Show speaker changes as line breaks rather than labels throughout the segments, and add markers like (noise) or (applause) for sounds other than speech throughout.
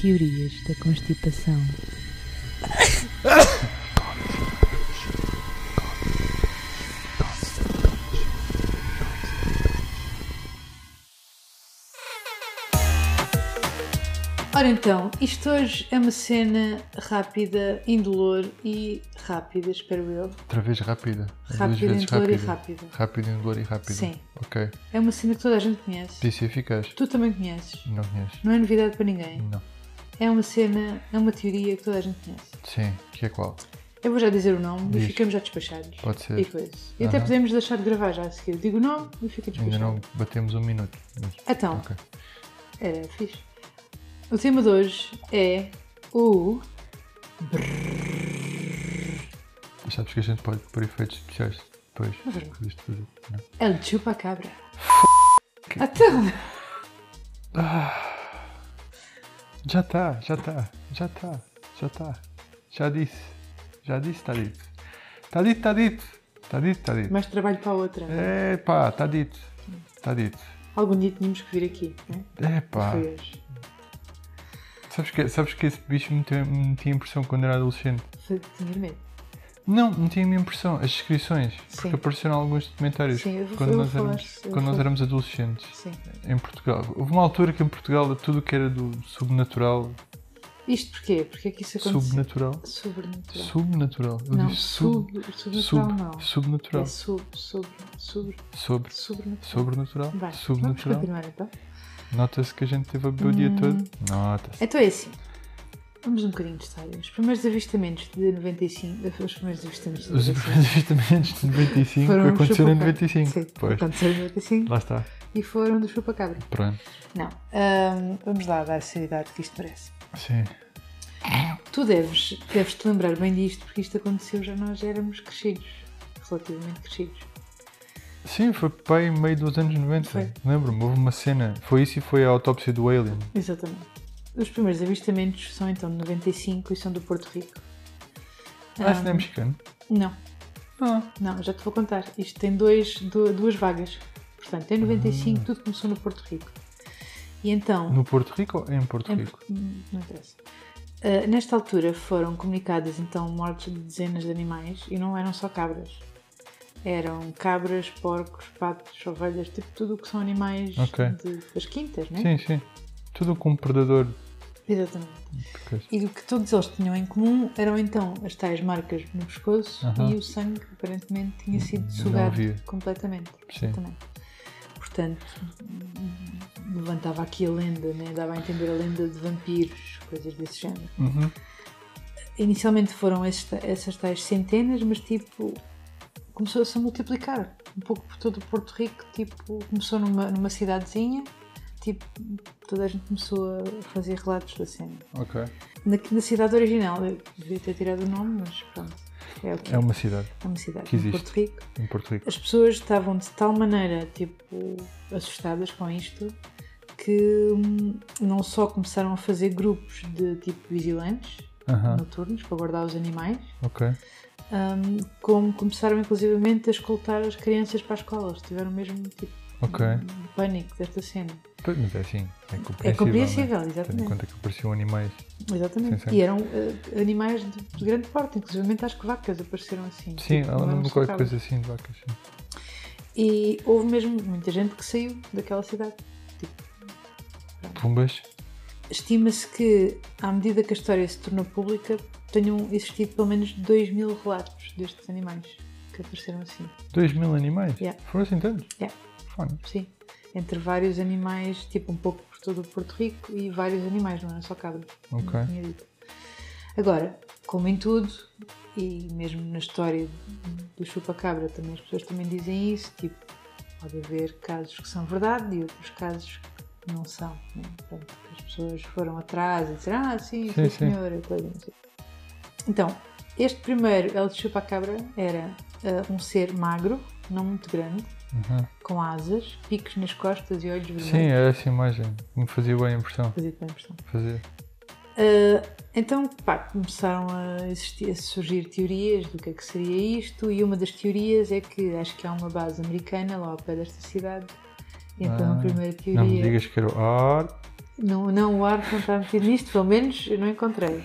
Teorias da constipação.
Ora então, isto hoje é uma cena rápida, indolor e rápida, espero eu.
Outra vez rápida. Duas
Rápida,
vezes
indolor e
rápida.
rápida.
Rápida, indolor e rápida.
Sim.
Ok.
É uma cena que toda a gente conhece.
Disse eficaz.
Tu também conheces.
Não conheces?
Não é novidade para ninguém.
Não.
É uma cena, é uma teoria que toda a gente conhece.
Sim. Que é qual?
Eu vou já dizer o nome e
Diz.
ficamos já despachados.
Pode ser.
E coisa. E até
Aham.
podemos deixar de gravar já a seguir. Digo o nome e fica despachado.
Ainda não batemos um minuto. Mas...
Então,
Ok.
era fixe. O tema de hoje é o.
Sabes que a gente pode pôr efeitos especiais depois.
verdade.
Isto tudo. Não. é?
El Chupacabra. Então,
Já está, já está, já está, já está. Já disse. Já disse, está dito. Está dito, está dito. Está dito, está dito.
mais trabalho para a outra.
Epá, está dito. Está dito.
Algum dia tínhamos que vir aqui, né?
Epá.
Foi hoje.
Sabes que, sabes que esse bicho me tem- me tinha impressão quando era adolescente.
Foi- Tinha medo.
Não, não tinha a minha impressão. As descrições.
Sim.
Porque apareceram alguns documentários.
Sim, eu vou-
quando
eu vou
nós,
falar,
éramos,
eu vou
quando nós
falar.
éramos adolescentes
Sim.
em Portugal. Houve uma altura que em Portugal tudo o que era do subnatural.
Isto porquê? Porquê é que isso aconteceu?
Subnatural?
Sobrenatural.
Subnatural. Eu
Não,
disse sub.
sub,
Sub.
sobrenatural não.
Subnatural.
É sub, sobre, sobre,
Sobre.
sobrenatural.
Sobrenatural.
Vai, vamos
Subnatural.
continuar então.
Nota-se que a gente teve a beber o dia todo. Nota-se.
Então é assim. Vamos um bocadinho de história. Os primeiros avistamentos de 95. eh, Os primeiros avistamentos de
Os
95
avistamentos de 95
foram dos
aconteceram em
chupacabra.
95.
Sim,
Pois.
aconteceram em 95
Lá está.
e foram do chupacabra.
Pronto.
Não. ahm, vamos lá dar a seriedade que isto merece.
Sim.
Tu deves, deves te lembrar bem disto porque isto aconteceu já nós éramos crescidos. Relativamente crescidos.
Sim, foi pai em meio dos anos 90.
Foi.
Lembro-me, houve uma cena. Foi isso e foi a autópsia do Alien.
Exatamente. Os primeiros avistamentos são então de 95 e são do Porto Rico.
Ah, isso não é mexicano?
Não,
Ah,
não, já te vou contar. Isto tem dois, du- duas vagas. Portanto, em 95 tudo começou no Porto Rico. E então.
Ah. no Porto Rico ou em Porto
em-
Rico?
Hum, Não interessa. Ah, nesta altura foram comunicadas então mortes de dezenas de animais e não eram só cabras. Eram cabras, porcos, patos, ovelhas, tipo tudo o que são animais
Ok.
de- das quintas, né?
Sim, sim. Tudo com um predador.
Exatamente.
Porque...
E o que todos eles tinham em comum eram então as tais marcas no pescoço
Aham.
e o sangue que aparentemente tinha sido
Não
sugado
havia.
completamente.
Sim.
Exatamente. Portanto, levantava aqui a lenda, né? dava a entender a lenda de vampiros, coisas desse género.
Uhum.
Inicialmente foram esses ta- essas tais centenas, mas tipo começou-se a multiplicar um pouco por todo o Porto Rico, tipo, começou numa, numa cidadezinha, tipo, toda a gente começou a fazer relatos da cena.
Ok.
Na, na cidade original, eu devia ter tirado o nome, mas pronto. É o que
É uma cidade,
é uma cidade
que
em
existe.
Porto Rico.
em Porto Rico.
As pessoas estavam de tal maneira, tipo, assustadas com isto, que hum, não só começaram a fazer grupos de tipo vigilantes
Aham,
noturnos para guardar os animais,
ok.
hum, como começaram inclusivamente a escoltar as crianças para as escolas. Tiveram mesmo tipo
Ok.
um pânico desta cena.
Pois, Mas é assim, é compreensível.
É Tipo, compreensível,
né? Tendo em
exatamente.
conta que apareciam animais.
Exatamente.
Sim, sim.
E eram eh, animais de, de grande porte, inclusive acho que vacas apareceram assim.
Sim,
Tipo,
ela
não eram
lembra
só
qualquer
cabras.
coisa assim de vacas. sim.
E houve mesmo muita gente que saiu daquela cidade.
Pumbas.
Estima-se que, à medida que a história se tornou pública, tenham existido pelo menos 2 mil relatos destes animais que apareceram assim.
2 mil animais?
Yeah.
Foram assim tantos?
Yeah.
Fone.
Sim. Entre vários animais, tipo um pouco por todo o Porto Rico, e vários animais, não eram só cabras. como
Ok.
tinha dito. Agora, como em tudo, e mesmo na história do chupa-cabra, também as pessoas também dizem isso, tipo, pode haver casos que são verdade e outros casos que não são. Né? Portanto, que as pessoas foram atrás e disseram, ah, sim,
Sim,
sim,
sim.
senhora, coisa não sei. Então, este primeiro, El Chupacabra, era ah, um ser magro, não muito grande,
Aham.
com asas, picos nas costas e olhos
Uhum. Sim,
vermelhos.
era essa imagem que me fazia bem a impressão.
Fazia bem a impressão.
Fazer.
Ah, então, pá, começaram a, existir- a surgir teorias do que é que seria isto, e uma das teorias é que acho que há uma base americana lá ao pé desta cidade. E então, a
Ah,
primeira teoria.
Não me digas que era o ar.
Não, não, o Arco não está metido nisto, pelo menos eu não encontrei.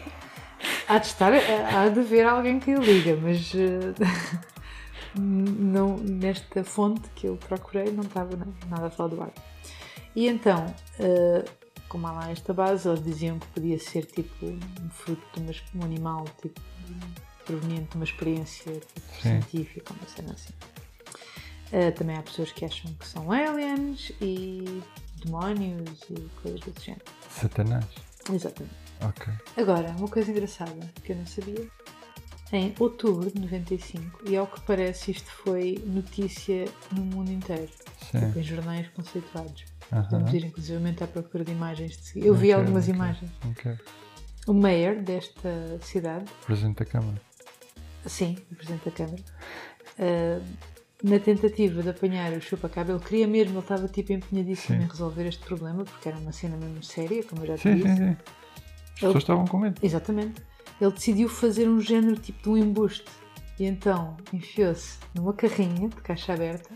Há de estar, eh, há de haver alguém que o liga, mas eh, (laughs) não, nesta fonte que eu procurei não estava na- nada a falar do Arco. E então, eh, como há lá esta base, eles diziam que podia ser tipo um fruto de uma, es- um animal, tipo proveniente de uma experiência tipo,
Sim.
científica, uma cena assim. Eh, também há pessoas que acham que são aliens e demónios e coisas desse género.
Satanás.
Exatamente.
Ok.
Agora, uma coisa engraçada que eu não sabia. Em outubro de 95, e ao que parece isto foi notícia no mundo inteiro,
Sim.
em jornais conceituados.
É. Aham.
Vamos ir inclusivamente à procura de imagens. De... seguida. Eu vi
Ok,
algumas
ok.
imagens.
Ok.
O mayor desta cidade,
Presidente da Câmara.
sim, o presidente da Câmara, ah, na tentativa de apanhar o chupacabra, ele queria mesmo, ele estava tipo empenhadíssimo
Sim.
em resolver este problema, porque era uma cena mesmo séria, como eu já te
Sim,
disse.
sim, sim. As pessoas estavam com medo.
Exatamente. Ele decidiu fazer um género tipo de um embuste. E então enfiou-se numa carrinha de caixa aberta,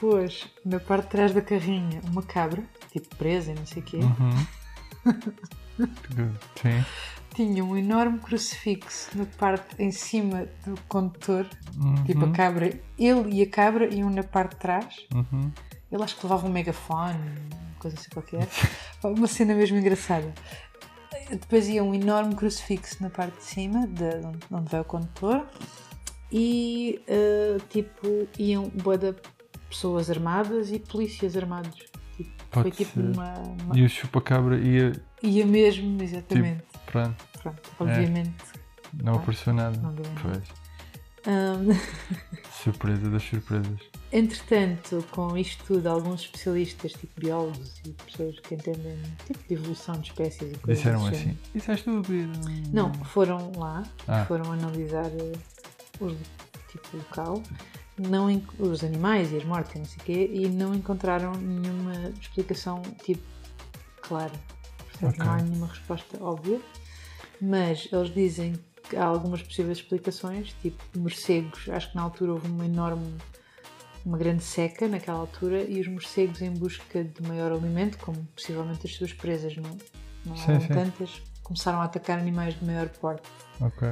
pôs na parte de trás da carrinha uma cabra, tipo presa e não sei o quê, (laughs)
Uhum. Good. Sim.
tinha um enorme crucifixo na parte em cima do condutor,
Uhum.
tipo a cabra, ele e a cabra iam na parte de trás.
Uhum.
Ele acho que levava um megafone, uma coisa assim
(laughs)
qualquer. Pá, Uma cena mesmo engraçada. Depois ia um enorme crucifixo na parte de cima, de onde- onde vai o condutor, e eh, tipo, iam bué de pessoas armadas e polícias armados. Tipo, foi
Pode
tipo
ser.
uma, uma-
E o chupacabra ia.
Ia mesmo, exatamente.
Pronto.
Pronto,
é.
obviamente.
Não apareceu nada.
Ah, Não deu nada.
Pois.
Ahm, (laughs)
Surpresa das surpresas.
Entretanto, com isto tudo, alguns especialistas, tipo biólogos e pessoas que entendem tipo de evolução de espécies e coisas
Disseram
desse
assim. Isso é estúpido.
género. Não, foram lá,
Ah.
foram analisar eh, o tipo local, não en- os animais e as mortes e não sei o quê, e não encontraram nenhuma explicação tipo clara. Portanto,
Ok.
não há nenhuma resposta óbvia, mas eles dizem que há algumas possíveis explicações, tipo morcegos. Acho que na altura houve uma enorme uma grande seca naquela altura e os morcegos em busca de maior alimento, como possivelmente as suas presas não, é? não
Sim,
eram
sim.
tantas, começaram a atacar animais de maior porte.
Ok.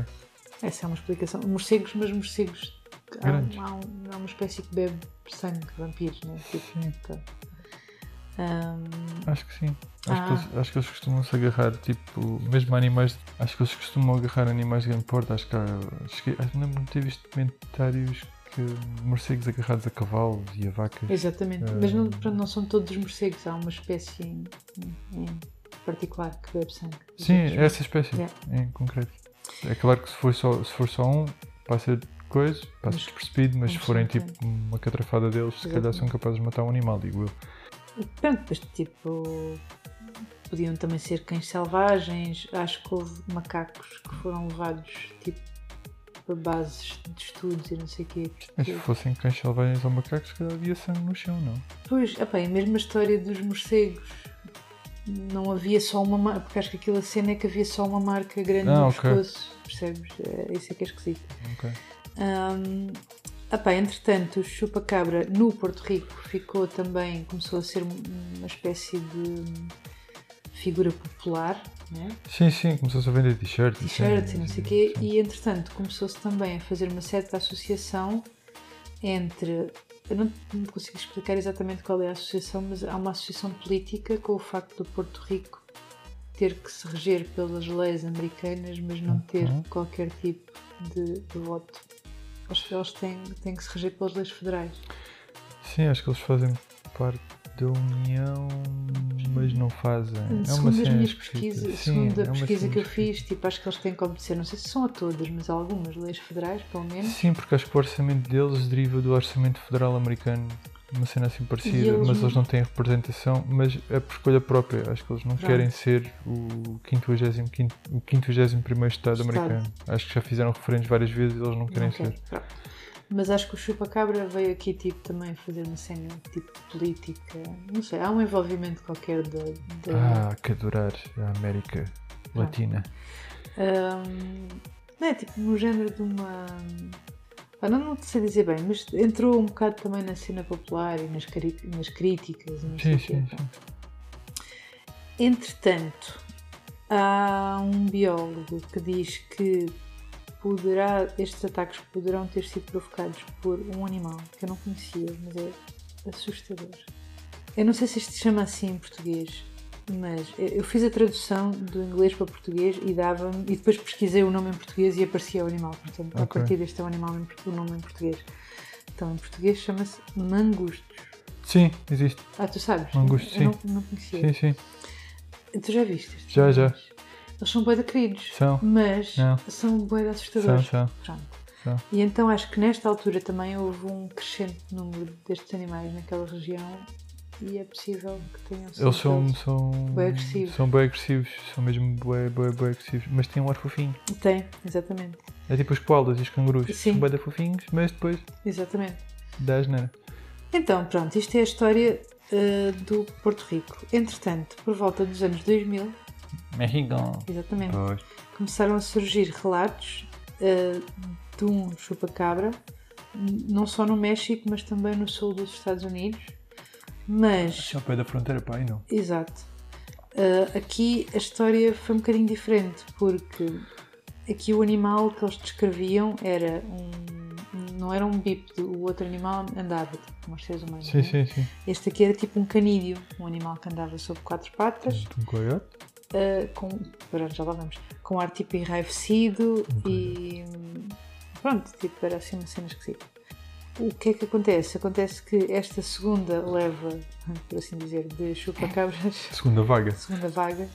Essa é uma explicação. Morcegos, mas morcegos. Há,
Grandes.
há um- há uma espécie que bebe sangue, vampiros, né? Tipo,
Sim.
pronto. Ahm,
Acho que sim. Acho,
Ah.
que eles, acho que eles costumam se agarrar, tipo, mesmo animais. Acho que eles costumam agarrar animais de grande porte. Acho que há. Acho que, acho, lembro-me de ter visto comentários que morcegos agarrados a cavalos e a vacas.
exatamente.
Ahm.
Mas não, pronto, não são todos os morcegos, há uma espécie em, em- em particular que bebe sangue. Os
Sim, é
outros
essa espécie
Yeah.
em concreto. É claro que se for só, se for só um, vai ser coisa,
Mas-
passa despercebido, mas se
mas
forem
sim,
tipo uma catrafada deles, se calhar
Exatamente.
são capazes de matar um animal, digo eu.
Pronto, depois tipo. Podiam também ser cães selvagens, acho que houve macacos que foram levados tipo para bases de estudos e não sei o quê.
Mas
porque-
se fossem cães selvagens ou macacos, se calhar havia sangue no chão, não?
Pois, epá, e mesmo a história dos morcegos. Não havia só uma marca, porque acho que aquela cena é que havia só uma marca grande
Ah,
no
ok.
pescoço, percebes? É, isso é que é esquisito.
Ok.
Hum, epá, entretanto, o chupa-cabra no Porto Rico ficou também, começou a ser uma espécie de figura popular, né?
Sim, sim, começou-se a vender t-shirts. e
t-shirts e
cenas,
não sei o quê,
sim.
e entretanto começou-se também a fazer uma certa associação entre. Eu não, não consigo explicar exatamente qual é a associação, mas há uma associação política com o facto do Porto Rico ter que se reger pelas leis americanas, mas não ter
Uhum.
qualquer tipo de, de voto. Eles, eles têm, têm que se reger pelas leis federais.
Sim, acho que eles fazem parte da União, mas não fazem. É uma
segundo as
cena
minhas
esquisita.
pesquisas,
Sim,
segundo a
é uma
pesquisa
cena
que eu
esquisita.
fiz, tipo, acho que eles têm que obedecer, não sei se são a todas, mas a algumas leis federais, pelo menos.
Sim, porque acho que o orçamento deles deriva do orçamento federal americano, uma cena assim parecida,
eles
mas
não-
eles não têm representação, mas é por escolha própria. Acho que eles não
Pronto.
querem ser o 55 o 51 Estado
Estado.
americano. Acho que já fizeram referendos várias vezes e eles não querem
Não quero,
ser.
pronto. Mas acho que o chupa-cabra veio aqui tipo, também fazer uma cena tipo política. Não sei, há um envolvimento qualquer da. da-
Ah, que adorar a América
Não.
Latina.
Ahm, não é tipo no género de uma. Ah, não, não sei dizer bem, mas entrou um bocado também na cena popular e nas, cari- nas críticas e não sei
Sim,
o quê.
sim, sim.
Entretanto, há um biólogo que diz que poderá, estes ataques poderão ter sido provocados por um animal que eu não conhecia, mas é assustador. Eu não sei se isto se chama assim em português, mas eu- eu fiz a tradução do inglês para português e dava e depois pesquisei o nome em português e aparecia o animal. Portanto, a
Ok.
partir deste é o animal em por- o nome em português. Então, em português chama-se mangustos.
Sim, existe.
Ah, tu sabes?
Mangustos,
Eu não, não conhecia.
Sim, sim.
Tu já viste? estes
Já, já.
animais? Eles são bué de queridos.
São.
Mas
Não.
são bué de assustadores.
São, são.
Pronto.
São.
E então acho que nesta altura também houve um crescente número destes animais naquela região e é possível que tenham sido
Eles são.
eles.
são
Bué agressivos.
São bem agressivos. São mesmo bem, bem, bem agressivos. Mas têm um ar fofinho.
Tem, exatamente.
É tipo as koalas e os cangurus.
Sim.
São bem fofinhos, mas depois
Exatamente.
dá asneira.
Então, pronto, isto é a história eh, do Porto Rico. Entretanto, por volta dos anos 2000,
É Merrigão.
exatamente,
Pois.
começaram a surgir relatos eh, de um chupacabra, n- não só no México, mas também no sul dos Estados Unidos. Mas,
Ao pé da fronteira, pai, não.
exato, eh, aqui a história foi um bocadinho diferente, porque aqui o animal que eles descreviam era um. não era um bípede, o outro animal andava, tipo, como os seres humanos.
Sim,
né?
sim, sim.
Este aqui era tipo um canídeo, um animal que andava sobre quatro patas,
Um coiote.
eh, com, pronto, já lá vamos, com ar tipo enraivecido e hum, pronto, tipo, era assim uma cena esquisita. O que é que acontece? Acontece que esta segunda leva, por assim dizer, de chupacabras, (laughs)
Segunda vaga.
segunda vaga,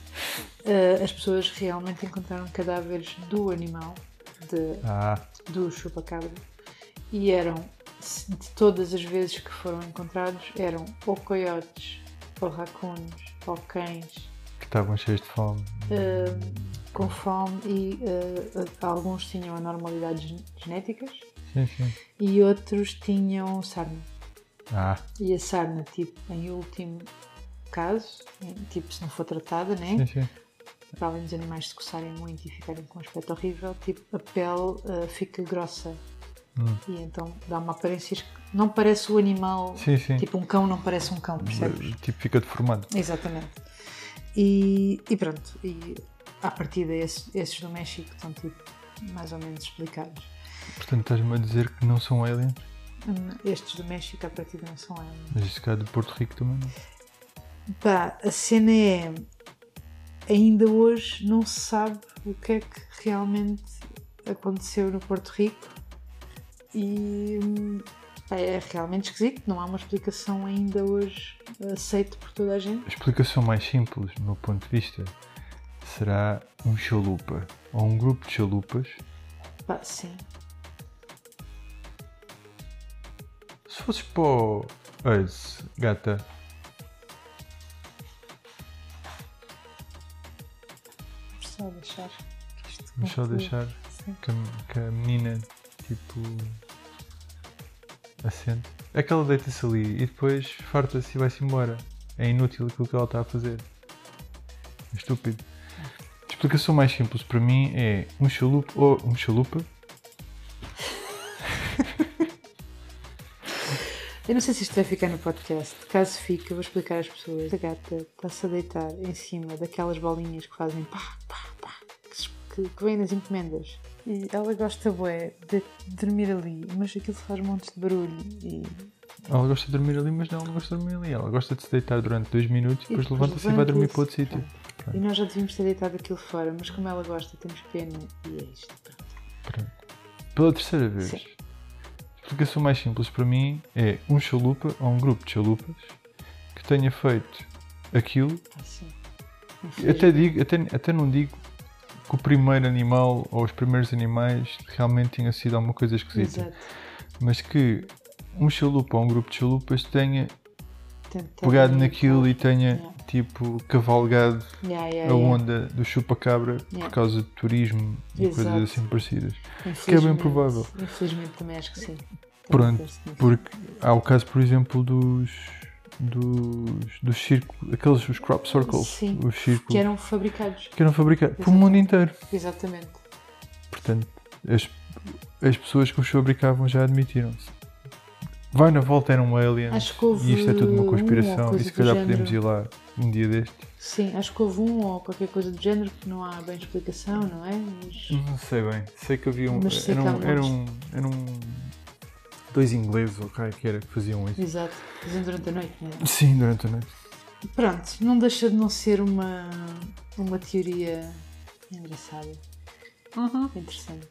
eh, as pessoas realmente encontraram cadáveres do animal, de
Ah,
do chupacabra e eram, se- de todas as vezes que foram encontrados, eram ou coiotes, ou racunos, ou cães,
que estavam cheios de fome.
eh, com fome e eh, eh, alguns tinham anormalidades gen- genéticas
Sim, sim.
e outros tinham sarna.
Ah,
E a sarna, tipo, em último caso, em- tipo, se não for tratada, né?
sim, sim.
Para além dos animais se coçarem muito e ficarem com um aspecto horrível, tipo, a pele eh, fica grossa
Hum.
e então dá uma aparência. es- Não parece o animal.
Sim, sim.
Tipo, um cão não parece um cão, percebes?
Tipo, fica deformado.
Exatamente. E, e pronto, e à partida esses, esses do México estão tipo mais ou menos explicados.
Portanto, estás-me a dizer que não são aliens,
Hum, Estes do México à partida não são aliens.
mas se calhar do Porto Rico também não.
Pá, a cena é. Ainda hoje não se sabe o que é que realmente aconteceu no Porto Rico e hum, pá, é realmente esquisito, não há uma explicação ainda hoje aceita por toda a gente.
A explicação mais simples, do meu ponto de vista, será um chalupa ou um grupo de chalupas.
Pá, sim,
Se fosses para o AIDS, gata,
só deixar que isto
vamos só
conclua.
deixar
Sim.
que a, que a menina, tipo, assente. É que ela deita-se ali e depois farta-se e vai-se embora. É inútil aquilo que ela está a fazer. É estúpido. A explicação mais simples para mim é um chalupa ou um chalupa.
Eu não sei se isto vai ficar no podcast. Caso fique, eu vou explicar às pessoas. A gata está-se a deitar em cima daquelas bolinhas que fazem pá, pá, pá, que, se- que, que vêm nas encomendas. E ela gosta, bué, de dormir ali, mas aquilo faz montes de barulho e
Ela gosta de dormir ali, mas não, ela não gosta de dormir ali. Ela gosta de se deitar durante dois minutos,
depois
depois,
tá.
levanta-se e vai dormir
levanta-se.
para outro sítio.
E nós já devíamos ter deitado aquilo fora, mas como ela gosta, temos pena e é isto. Pronto.
Pela terceira vez.
Sim.
A explicação mais simples para mim é um chalupa ou um grupo de chalupas que tenha feito aquilo.
Assim.
Até, digo, até, até não digo que o primeiro animal ou os primeiros animais realmente tenha sido alguma coisa esquisita,
Exato.
mas que um chalupa ou um grupo de chalupas tenha
Tentar
pegado naquilo e tenha
Yeah.
tipo cavalgado
Yeah, yeah, yeah.
a onda do chupa-cabra por
É, Yeah.
causa de turismo e
Exato.
coisas assim parecidas. é bem
Infelizmente-
provável.
Infelizmente também acho que sim. Também
Pronto,
penso nisso.
Porque há o caso, por exemplo, dos. dos, dos círculos. aqueles, os crop circles.
Sim,
Os círculos
Que eram fabricados.
que eram fabricados para o mundo inteiro.
Exatamente.
Portanto, as, as pessoas que os fabricavam já admitiram-se. Vai na volta, era um alien.
Acho que houve
E isto é tudo uma
um ou
conspiração. e
coisa
se
do
calhar
género.
podemos ir lá um dia destes.
Sim, acho que houve um ou qualquer coisa do género que não há bem explicação, não é? Mas
Não sei bem. Sei que havia um.
Mas sei
Era
que há
um,
um
era
monte.
um. Era um. Dois ingleses, ou cara que era, que faziam isso.
Exato, fazendo durante a noite, não é?
Sim, durante a noite.
Pronto, não deixa de não ser uma, uma teoria engraçada,
Uhum.
interessante.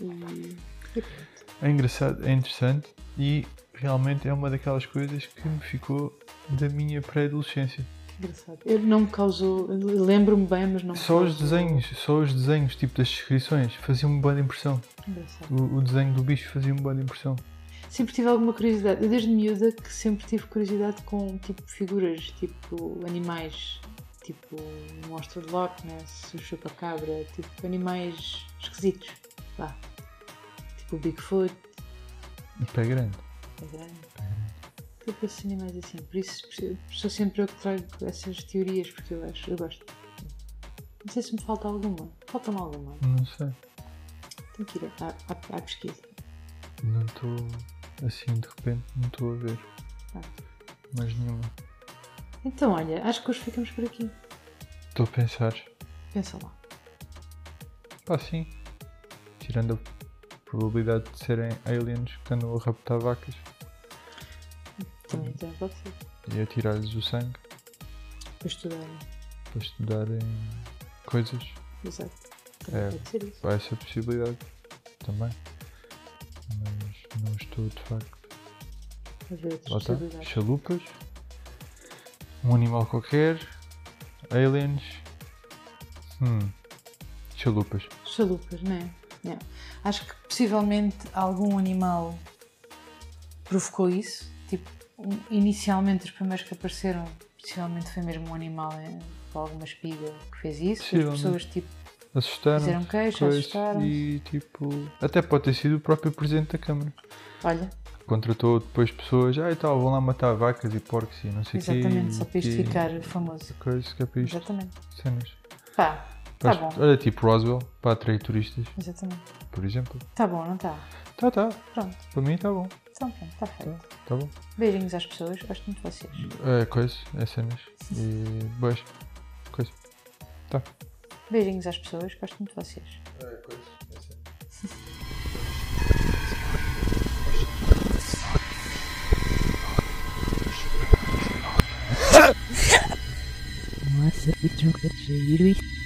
E, e pronto.
É engraçado, é interessante e realmente é uma daquelas coisas que me ficou da minha pré-adolescência.
Engraçado. Ele não me causou. eu Lembro-me bem, mas não me
Só os
causou-
desenhos, só os desenhos, tipo das descrições, faziam-me boa impressão.
Engraçado.
O, o desenho do bicho fazia-me boa impressão.
Sempre tive alguma curiosidade. Eu desde miúda que sempre tive curiosidade com tipo figuras, tipo animais, tipo o monstro de Loch Ness, o chupacabra, tipo animais esquisitos. Vá. Tipo o Bigfoot,
E pé grande.
é grande. Tipo esses animais assim. Por isso sou sempre eu que trago essas teorias, porque eu acho, eu gosto. Não sei se me falta alguma. Falta-me alguma.
Não sei.
Tenho que ir à, à- à pesquisa.
Não estou assim de repente, não estou a ver.
Ah.
Mais nenhuma.
Então, olha, acho que hoje ficamos por aqui.
Estou a pensar.
Pensa lá.
Pá, sim. Tirando a probabilidade de serem aliens que andam a raptar vacas
Também tem pode ser.
e a tirar-lhes o sangue
Para estudarem.
para estudarem coisas.
Exato. Também
É.
pode ser isso.
Há essa possibilidade também. Mas não estou de facto.
A ver outras
Lá está.
possibilidades.
Chalupas. Um animal qualquer. Aliens. Hum. Chalupas.
Chalupas, não é? Não. Acho que possivelmente algum animal provocou isso. Tipo, um- inicialmente os primeiros que apareceram, possivelmente foi mesmo um animal eh, com alguma espiga que fez isso. As
Possivelmente.
pessoas, tipo,
Assustaram.
Fizeram queixa, assustaram-se.
E tipo. Até pode ter sido o próprio presidente da Câmara.
olha,
Contratou depois pessoas. Ah, e tal, vão lá matar vacas e porcos e não sei o quê.
exatamente,
e-
só para isto
e-
ficar famoso.
Coisas que é para isto.
Exatamente.
Cenas.
Pá, tá
Mas,
bom.
Olha, tipo Roswell, para atrair turistas,
Exatamente.
por exemplo.
Tá bom, não tá?
Tá, tá.
Pronto.
Para mim tá bom.
Então pronto, está feito.
Tá bom.
Beijinhos às pessoas, gosto muito de vocês.
É coisa, é cenas. E. Boas. Coisa. Tá.
Beijinhos às pessoas, gosto muito de vocês.
É coisa, é cenas.
Nossa, que troca de giro isto.